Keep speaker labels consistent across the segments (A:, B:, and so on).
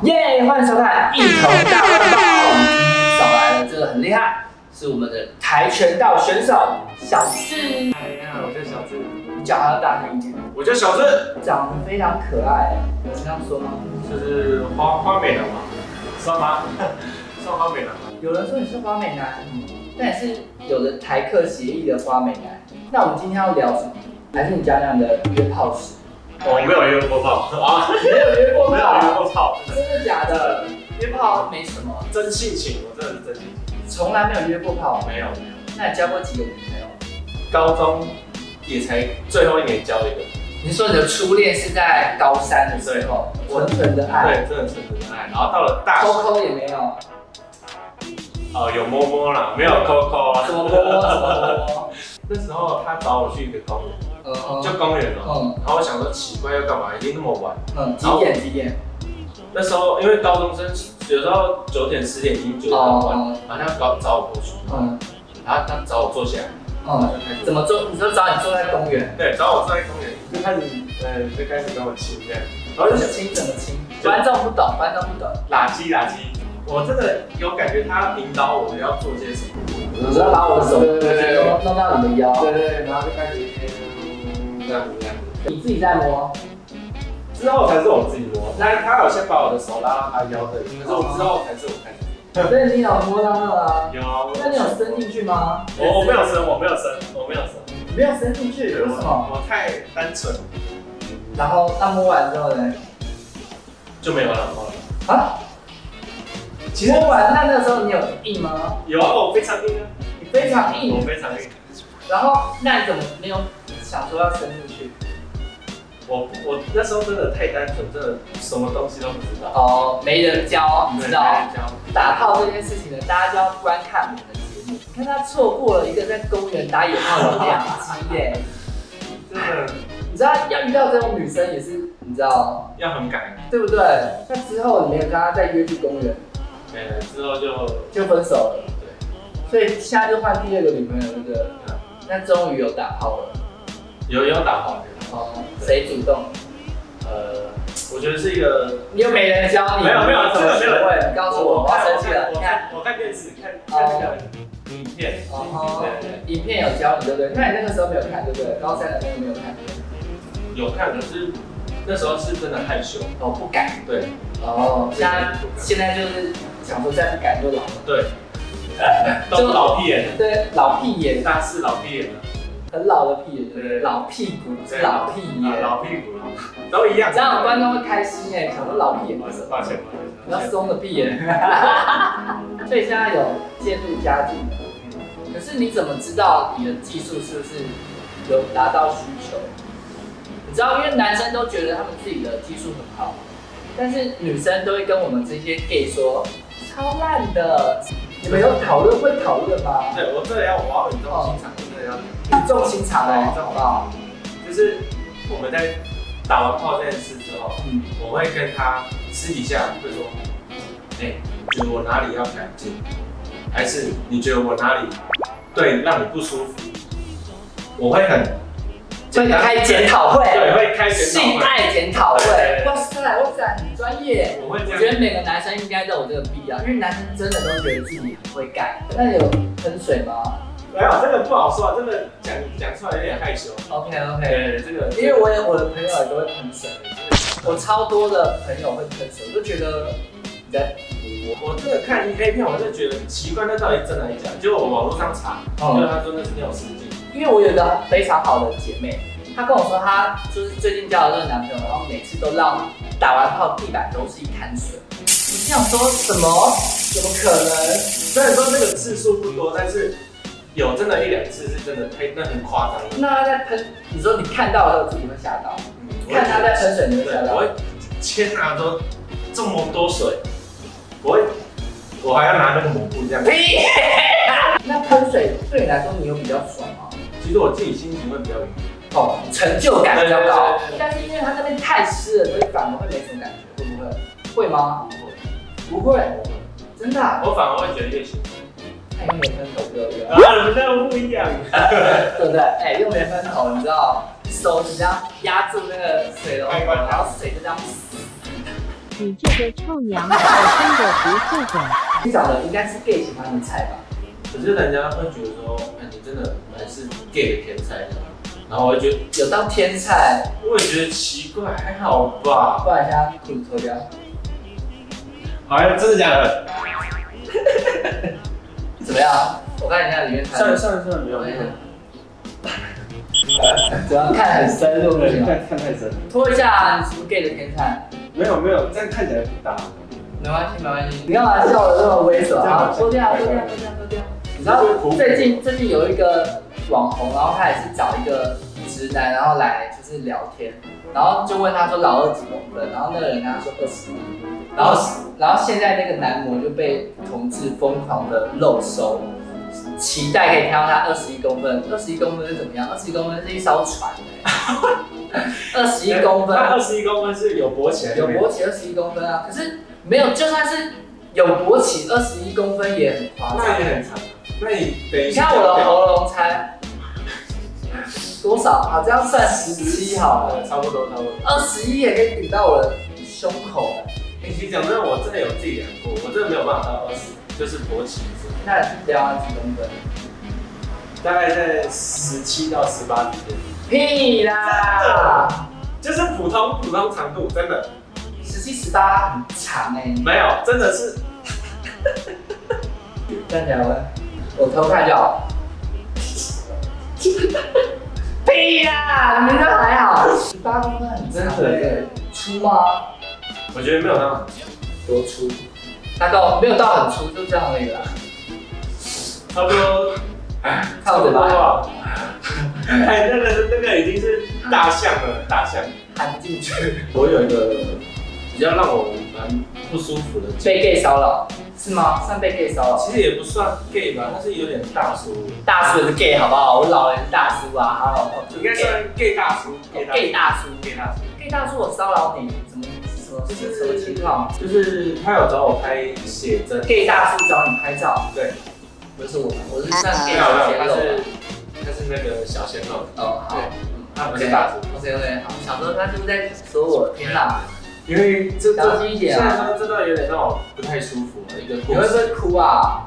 A: 欢迎收看《一头大乱斗》，找来了这个很厉害，是我们的跆拳道选手小智，
B: 哎呀，我叫小智，
A: 叫他大声一点，
B: 我叫小智，
A: 长得非常可爱，有人这样说吗？
B: 就是花花美男嘛，算吗？算花美男吗？
A: 有人说你是花美男，但也是有着台客协议的花美男。那我们今天要聊什么？还是你讲讲你的约炮史？
B: 我没有约过炮啊，
A: 没有约
B: 我
A: 过
B: 没有约
A: 炮，
B: 过炮，
A: 真的假的？约炮没什么，
B: 真性情，我真的是真性情，
A: 从来没有约过炮。
B: 没有没有，
A: 那你交过几个女朋友？
B: 高中也才最后一年交一个，
A: 你说你的初恋是在高三的时候，纯纯的爱，
B: 对，真的是真爱，然后到了大学
A: 抠，抠也没有，
B: 哦，有摸摸啦，没有扣扣啊
A: 什，么摸摸什么摸
B: 那时候他找我去一个公园，
A: 摸，嗯
B: 就公园哦，
A: 嗯
B: 然后我想说奇怪要干嘛，已经那么晚。
A: 嗯，几点几点？
B: 那时候因为高中生有时候九点十点已经觉得很晚，
A: 哦
B: 然后他搞找我过去，
A: 嗯
B: 然后他找我坐下来，然
A: 嗯，
B: 后就开始
A: 怎么坐？你说找你坐在公园，
B: 对，找我坐在公园就开始呃就开始跟我亲这样，然后就想
A: 亲怎么亲？观众不懂，观众不懂。
B: 垃圾垃圾，我真的有感觉他引导我要做些什么，
A: 我只要把我的手弄弄到你的腰，
B: 对对，然后就开始嗯这样子这样子，
A: 你自己在摸。
B: 之后才是我自己摸，那他有先把我的手拉
A: 啊
B: 到他腰这里，可是我之后才是我开始，
A: 所以你有摸到那啊？
B: 有，
A: 那你有伸进去吗？
B: 我我没有伸，我没有伸，我没有伸，
A: 哦没有啊伸进去，为什么？
B: 我太单纯了。
A: 然后那摸完之后呢？
B: 就没有了。好了
A: 啊？
B: 其实
A: 摸完那那时候你有硬吗？
B: 有啊，我非常硬啊，
A: 你非常
B: 我
A: 硬，
B: 非常硬。
A: 然后那你怎么没有想说要伸进去？
B: 我我那时候真的太单纯，真的什么东西都不知道。
A: 哦，没人教，你
B: 对
A: 知道。
B: 没人教
A: 打炮这件事情呢，大家就要观看我们的节目。你看他错过了一个在公园打野炮的良机耶！
B: 真的
A: 你知道要遇到这种女生也是，你知道
B: 要很感恩。
A: 对不对？那之后你没有跟她再约去公园，
B: 呃，之后就
A: 就分手了。
B: 对，
A: 所以现在就换第二个女朋友，对不对？
B: 嗯
A: 那终于有打炮了。
B: 有有打好
A: 哦，谁主动？
B: 呃，我觉得是一个
A: 你又没人教你，
B: 没有没有
A: 你怎么学
B: 真的没有
A: 会？你告诉我，我要生气了。
B: 我
A: 你看，
B: 呃看我看电视看看那个呃影片，
A: 哦
B: 对对，
A: 影片有教你，对不对？那你那个时候没有看，对不对？高三的那个没有看，
B: 有看，可是呃那时候是真的害羞。
A: 我不敢。
B: 对
A: 哦，现在现在就是想说再不敢就老了，
B: 对，呃都老屁眼了，
A: 对，老屁眼，
B: 那是老屁眼了。
A: 很老的屁眼，
B: 对
A: 老屁股，
B: 对
A: 老屁
B: 啊，
A: 眼，
B: 老屁股了，都一样。
A: 这样观众会开心哎，想说老屁眼
B: 我
A: 不
B: 是
A: 是，
B: 抱歉，
A: 比
B: 抱
A: 较
B: 歉。
A: 松的屁 眼，所以现在有渐入佳境了。可是你怎么知道你的技术是不是有达到需求？你知道，因为男生都觉得他们自己的技术很好，但是女生都会跟我们这些 gay 说超烂的。你们有讨论会讨论吗？
B: 对呃我真的要，我要很重心肠，真的要，
A: 语重心长哦，好不好？
B: 就是呃我们在打完炮这件事之后，
A: 嗯，
B: 我会跟他私底下会说，哎，觉得我哪里要改进，还是你觉得我哪里对让你不舒服，我会很
A: 所以开检讨会，
B: 对，会开检
A: 性
B: 讨会，
A: 爱检讨会
B: 对，
A: 哇塞哇塞，很专业。
B: 我会这
A: 我
B: 样
A: 觉得每个男生应该都有这个必要，因为男生真的都觉得自己很会干。那有喷水吗
B: 没有，真的不好说，真的讲讲出来有点害羞。
A: ？OK OK，
B: 对，这个
A: 因为我也我的朋友也都会喷水，我超多的朋友会喷水，我就觉得你在
B: 我我这个看 A 片，我就觉得很奇怪，那到底真的还是假的？结果我网络上查，就
A: 哦，
B: 他说那是尿失禁，
A: 因为我有一个非常好的姐妹，她跟我说她就是最近交了这个男朋友，然后每次都让打完炮地板都是一滩水。我想说什么？怎么可能？
B: 虽然说这个次数不多，但是有真的一两次是真的太那很夸张的。
A: 那他在喷，你说你看到的时候自己会吓到，
B: 嗯
A: 看他在喷水你
B: 对
A: 会吓，
B: 我
A: 到。
B: 会天哪都这么多水，我会我还要拿那个抹布这样。
A: 呸！ 那喷水对你来说，你有比较爽吗？
B: 其实我自己心情会比较愉悦，
A: 哦，成就感比较高
B: 对对对对，
A: 但是因为它那边太湿了，所以反而会没什么感觉，会不会？会 吗？不会，真的、啊。
B: 我反而会觉得越兴奋。
A: 哎，又没分头，对不对？
B: 啊，那不一样。
A: 对不对？哎，又没分头，你知道，手就这样压住那个水龙头，
B: 开关
A: 然后水就这样，
C: 你这个臭娘们儿真的不会懂。
A: 你长得应该是 gay 喜欢的菜吧？
B: 可是人家会觉得说，哎、你真的蛮是 gay 的天才的，然后我就觉得，
A: 有到天菜，
B: 我也觉得奇怪，还好吧？
A: 不然现在裤子脱掉。
B: 好像真的假的？
A: 怎么样？我看你在里面看，
B: 算了算了算了，没有没有。
A: 主要看很深入
B: 哎
D: 对，
A: 了。
D: 太太太深了，
A: 脱一下，你是不是 gay 的天菜？
D: 没有没有，这样看起来不搭。
A: 没关系，没关系。你干嘛笑得那么猥琐？啊好，脱掉，脱掉，脱掉，脱掉。你知道最近最近有一个网红，然后他也是找一个直男，然后来就是聊天，然后就问他说老二几公分，然后那个人跟他说二十一，然后然后现在那个男模就被同志疯狂的漏收，期待可以看到他二十一公分，二十一公分是怎么样？二十一公分是一艘 船、欸，二十一公分，
B: 那二十一公分是有勃起还是
A: 有
B: 没有？
A: 勃起二十一公分啊，可是没有，就算是有勃起二十一公分也很夸
B: 那
A: 张。
B: 也很长。那你等一
A: 你
B: 下，
A: 看我的喉咙才多少啊？这样算十七好了，
B: 差不多差不多。
A: 二十一也可以顶到我的胸口了。
B: 哎、你讲真的，我真的有自己量过，我真的没有办法到二十，就是勃起一次，
A: 那两万几公分？
B: 大概在十七到十八之间，
A: 屁啦！
B: 就是普通普通长度，真的
A: 十七十八很长哎、欸，
B: 没有，真的是
A: 站起来我我偷看就好。 屁啦，你们这还好，十八公分很长
B: 真的
A: 哎、粗吗？
B: 我觉得没有那么
A: 多粗，大概没有到很粗，就这样而已啦。
B: 差 不多，
A: 看我嘴巴
B: 吧。哎，那个那个已经是大象了，大象。
A: 含不进去，
B: 我有一个比较让我蛮不舒服的经
A: 被
B: 历，
A: gay 骚扰是吗？算被 gay 骚扰？
B: 其实也不算 gay 吧，但是有点大叔，
A: 大叔也是 gay 好不好？我老人是大叔啊，哈喽，
B: 应该算 gay 大叔
A: 哦 gay 大叔
B: gay 大叔。
A: ，gay 大叔我骚扰你，怎么什么什么什么情况
B: 就是他有找我拍写真，
A: ？gay 大叔找你拍照，
B: 对，啊
A: 不是我，我是算
B: 没
A: gay
B: 有没
A: 小
B: 有，
A: 鲜
B: 他是
A: 肉。
B: 他是那个小鲜肉，
A: 哦，好
B: 对，他不是
A: OK，
B: 大叔，
A: OK OK，好，想说他是不是在说我？天哪，
B: 因为这
A: 小
B: 这
A: 心一
B: 现
A: 点
B: 在
A: 啊！
B: 说这段有点让我不太舒服的一个
A: 你
B: 故
A: 会不
B: 事。
A: 会哭啊？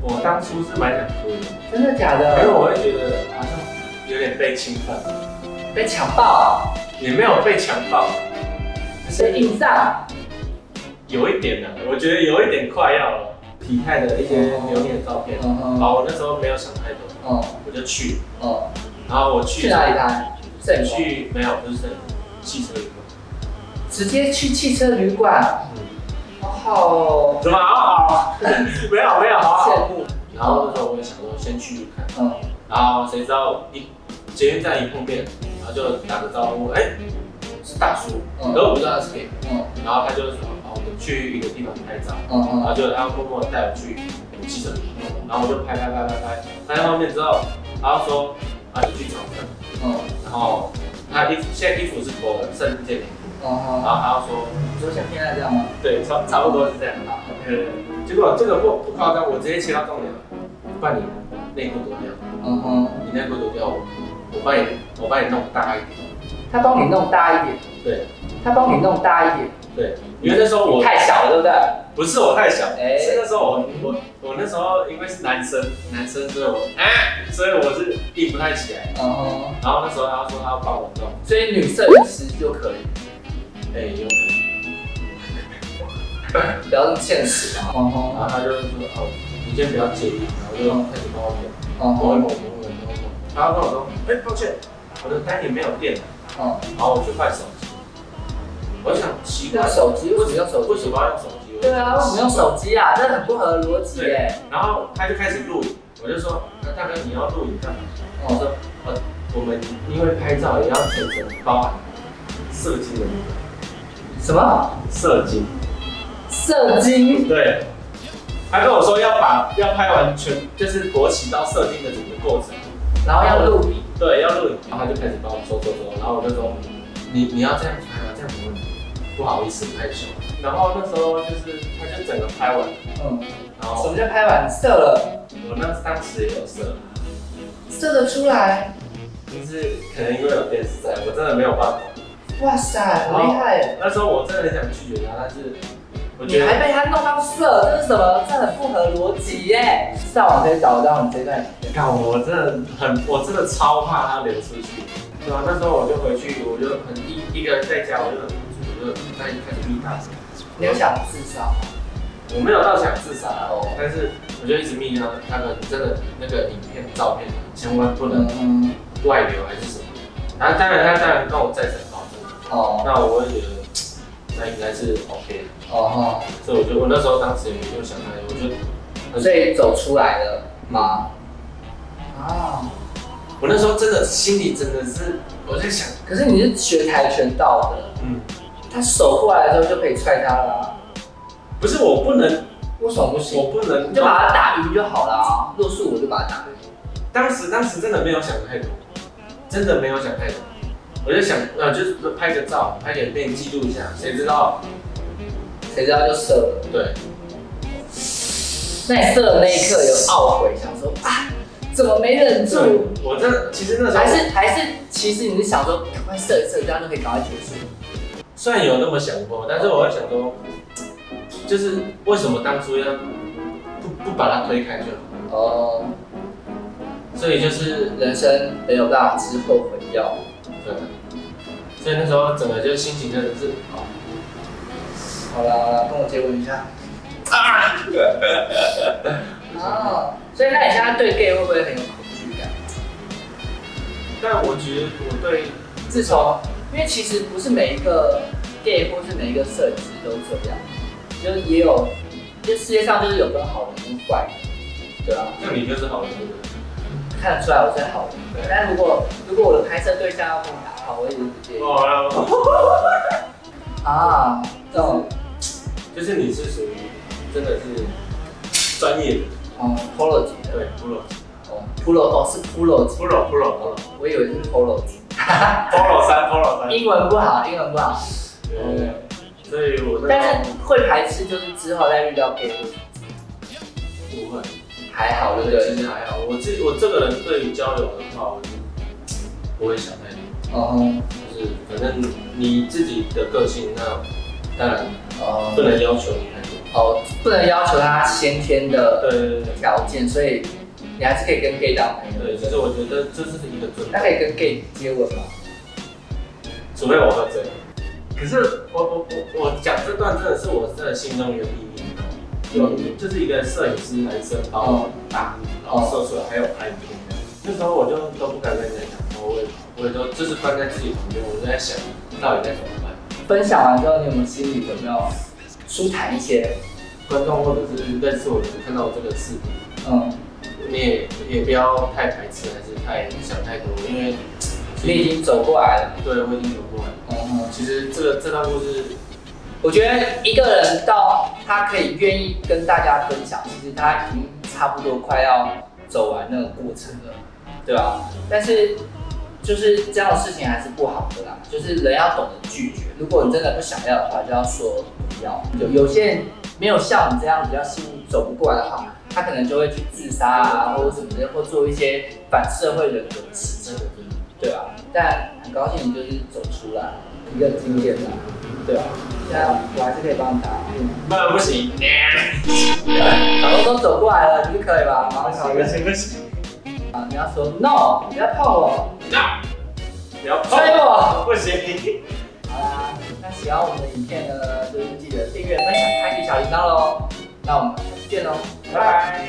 B: 我当初是蛮想哭的，
A: 真的假
B: 可是
A: 的？
B: 我会觉得好像有点被侵犯，
A: 被强暴啊？
B: 也没有被强暴，
A: 被硬上？
B: 有一点呢、啊我觉得有一点快要了。体态的一些留念的照片，
A: 嗯
B: 好，我那时候没有想太多，
A: 哦
B: 我就去了，
A: 哦，
B: 然后我
A: 去
B: 去
A: 哪里拍？正去
B: 去没有，不是汽车旅馆。
A: 直接去汽车旅馆，好好哦，
B: 怎么好好？没有没有，好
A: 羡
B: 好。
A: 慕。
B: 然后那时候我也想说先去看，
A: 嗯，
B: 然后谁知道一捷运站一碰面，然后就打个招呼，哎、是大叔，
A: 嗯
B: 然后我不知道他是谁，
A: 嗯
B: 然后他就说哦，我们去一个地方拍照，
A: 嗯
B: 然后
A: 嗯，
B: 就他默默地带我去汽车旅馆，然后我就拍拍拍拍拍，拍到后面之后，然后说啊你去床上，
A: 嗯
B: 然后他衣服现在衣服是脱了，剩一件内
A: 嗯
B: 裤，
A: 嗯，
B: 然后他说
A: 你说像现在这样吗？
B: 对，差差不多是这样。
A: 好，
B: 呃，结果这个不不夸张，我直接切到重点了。把你内裤脱掉，
A: 嗯哼，
B: 你内裤脱掉，我我帮你我帮你弄大一点。
A: 他帮你弄大一点，
B: 对
A: 他帮你弄大一点，
B: 对，因为那时候
A: 你
B: 我
A: 太小了，对不对？
B: 不是我太小，
A: 哎
B: 是那时候我我我那时候因为是男生，男生所以我啊，所以我是立不太起来。
A: 嗯哼，
B: 然后那时候他说他要帮我弄，
A: 所以女摄影师就可以，
B: 哎、有，
A: 不要那么现实啊。嗯
B: 然
A: 哼，
B: 后他就说哦，你先不要介意，然后就开始帮我弄，
A: 嗯
B: 我会
A: 哼，
B: 抹抹抹抹抹，然后跟我说，哎、抱歉，我的单也没有电了。
A: 嗯，
B: 然后我去换手机，我想奇怪
A: 用，手机为什么用手
B: 为
A: 机？
B: 什么要用手机？
A: 对啊，为什么用手机啊？这很不合逻辑耶。
B: 然后他就开始录影，我就说，那大哥你要录影干嘛？我
A: 嗯
B: 说，呃，我们因为拍照也要全程包含射精的部分
A: 什么？
B: 射精，
A: 射精，
B: 对。他跟我说要把要拍完全就是勃起到射精的整个过程，
A: 然后要录影。
B: 对，要录影，然后他就开始帮我说说说，然后我就说，你你要这样拍啊，这样没问题，不好意思太羞。然后那时候就是他就整个拍完，
A: 嗯，
B: 然
A: 什
B: 后
A: 么叫拍完射了？
B: 我那当时也有射，
A: 射得出来？
B: 就是可能因为有电视在，我真的没有办法。
A: 哇塞，好厉害！
B: 那时候我真的很想拒绝他，但是我
A: 你
B: 觉
A: 还
B: 得
A: 被他弄到色，这是什么？这很不合逻辑耶！上网可以找得到你这段影片。
B: 看我真的很，我真的超怕他流出去。对啊，那时候我就回去，我就很一一个人在家，我就很无助，我就那一开始密他。
A: 你有想自杀吗？
B: 我没有到想自杀
A: 哦
B: 哦，但是我就一直密他，他们真的那个影片、照片千万不能
A: 嗯，
B: 外流还是什么。然后当然他当然跟我再三保证，
A: 哦
B: 那我会觉得那应该是 OK 的，
A: 哦哦，
B: 所以我就我那时候当时也没有想太多，我就我
A: 所以走出来了吗？啊，
B: 我那时候真的心里真的是我在想，
A: 可是你是学跆拳道的，
B: 嗯，
A: 他手过来的时候就可以踹他了啊，
B: 不是我不能，
A: 为什么不行？
B: 我不能
A: 你就把他打晕就好了啊。若是我就把他打晕。
B: 当时当时真的没有想太多，真的没有想太多，我就想呃就是拍个照，拍个影片记录一下，谁知道
A: 谁知道就射了。
B: 对。
A: 那你射的那一刻有懊悔，想说啊，怎么没忍住？
B: 我真的其实那时候
A: 还是还是，其实你是想说赶快射一射，这样就可以赶快结束。
B: 虽然有那么想过，但是我会想说，就是为什么当初要不不把它推开就好？
A: 哦，
B: 所以就是
A: 人生没有办法吃后悔药。
B: 对，所以那时候整个就心情真的是好。
A: 好啦好啦，跟我接吻一 下。啊！哦，所以那你现在对 gay 会不会很有恐惧感？
B: 但我觉得我对
A: 自从，因为其实不是每一个 gay 或是每一个设计师都这样，就是也有，就世界上就是有分好人跟坏人，对啊，
B: 像你就是好人，
A: 看得出来我是好人，但如果如果我的拍摄对象要跟我打炮，我也是直接
B: 哦，
A: 啊，这种
B: 就是你是属于真的是专业的，
A: 嗯 polo 级的，
B: 对，pro
A: 哦 polo 哦是 polo 级，
B: pro pro
A: 我以为是 polo 级，
B: pro 三 pro 三，
A: 英文不好，英文不好，
B: 对，所以我那时
A: 但是会排斥就是之后再遇到 gay 会
B: 候不会。
A: 还好，对不
B: 对，
A: 对
B: 其？实还好。我自己我这个人对于交友的话，我就不会想太多，
A: 哦
B: 就是反正你自己的个性，那当然
A: 哦
B: 不能要求你太多。
A: 哦，不能要求他先天的
B: 对对对
A: 条件，所以你还是可以跟 gay 当
B: 对
A: 朋
B: 对，
A: 友。
B: 其实我觉得这是一个尊
A: 那
B: 重，
A: 可以跟 gay 接吻吗？
B: 除非我喝醉。可是我我我我讲这段真的是我真的心中一个秘密，有就是一个摄影师男生把
A: 嗯
B: 我打，然后
D: 哦
B: 射出来，还有拍片这样。那时候我就都不敢跟人家讲，我也我也都就是关在自己旁边，我就在想到底该怎么办。
A: 分享完之后，你有没有心里有没有舒坦一些？
B: 观众或者是认识我的人看到我这个视频，
A: 嗯，
B: 你也也不要太排斥，还是太想太多，因为
A: 你已
B: 其实
A: 经走过来了。
B: 对我已经走过来了。
A: 嗯，
B: 其实这个这段故事，
A: 我觉得一个人到他可以愿意跟大家分享，其实他已经差不多快要走完那个过程了，对吧？但是就是这样的事情还是不好的啦，就是人要懂得拒绝。如果你真的不想要的话，就要说不要。有有些人没有像你这样比较幸运走不过来的话，他可能就会去自杀啊，或者什么的，或做一些反社会人格的事情。对啊，但很高兴你就是走出来一个经典啦，对啊，现在我还是可以帮你打，
B: 那不行，
A: 老公都走过来了，你就可以吧？马上考
D: 行
A: 虑
D: 不行不行，
A: 啊！你要说 no，不要碰我，
B: 不要啊
A: 吹我。
B: 不行。
A: 好啦，那喜欢我们的影片呢，就是记得订阅、分享、开启小铃铛喽。那我们下次见喽，拜拜。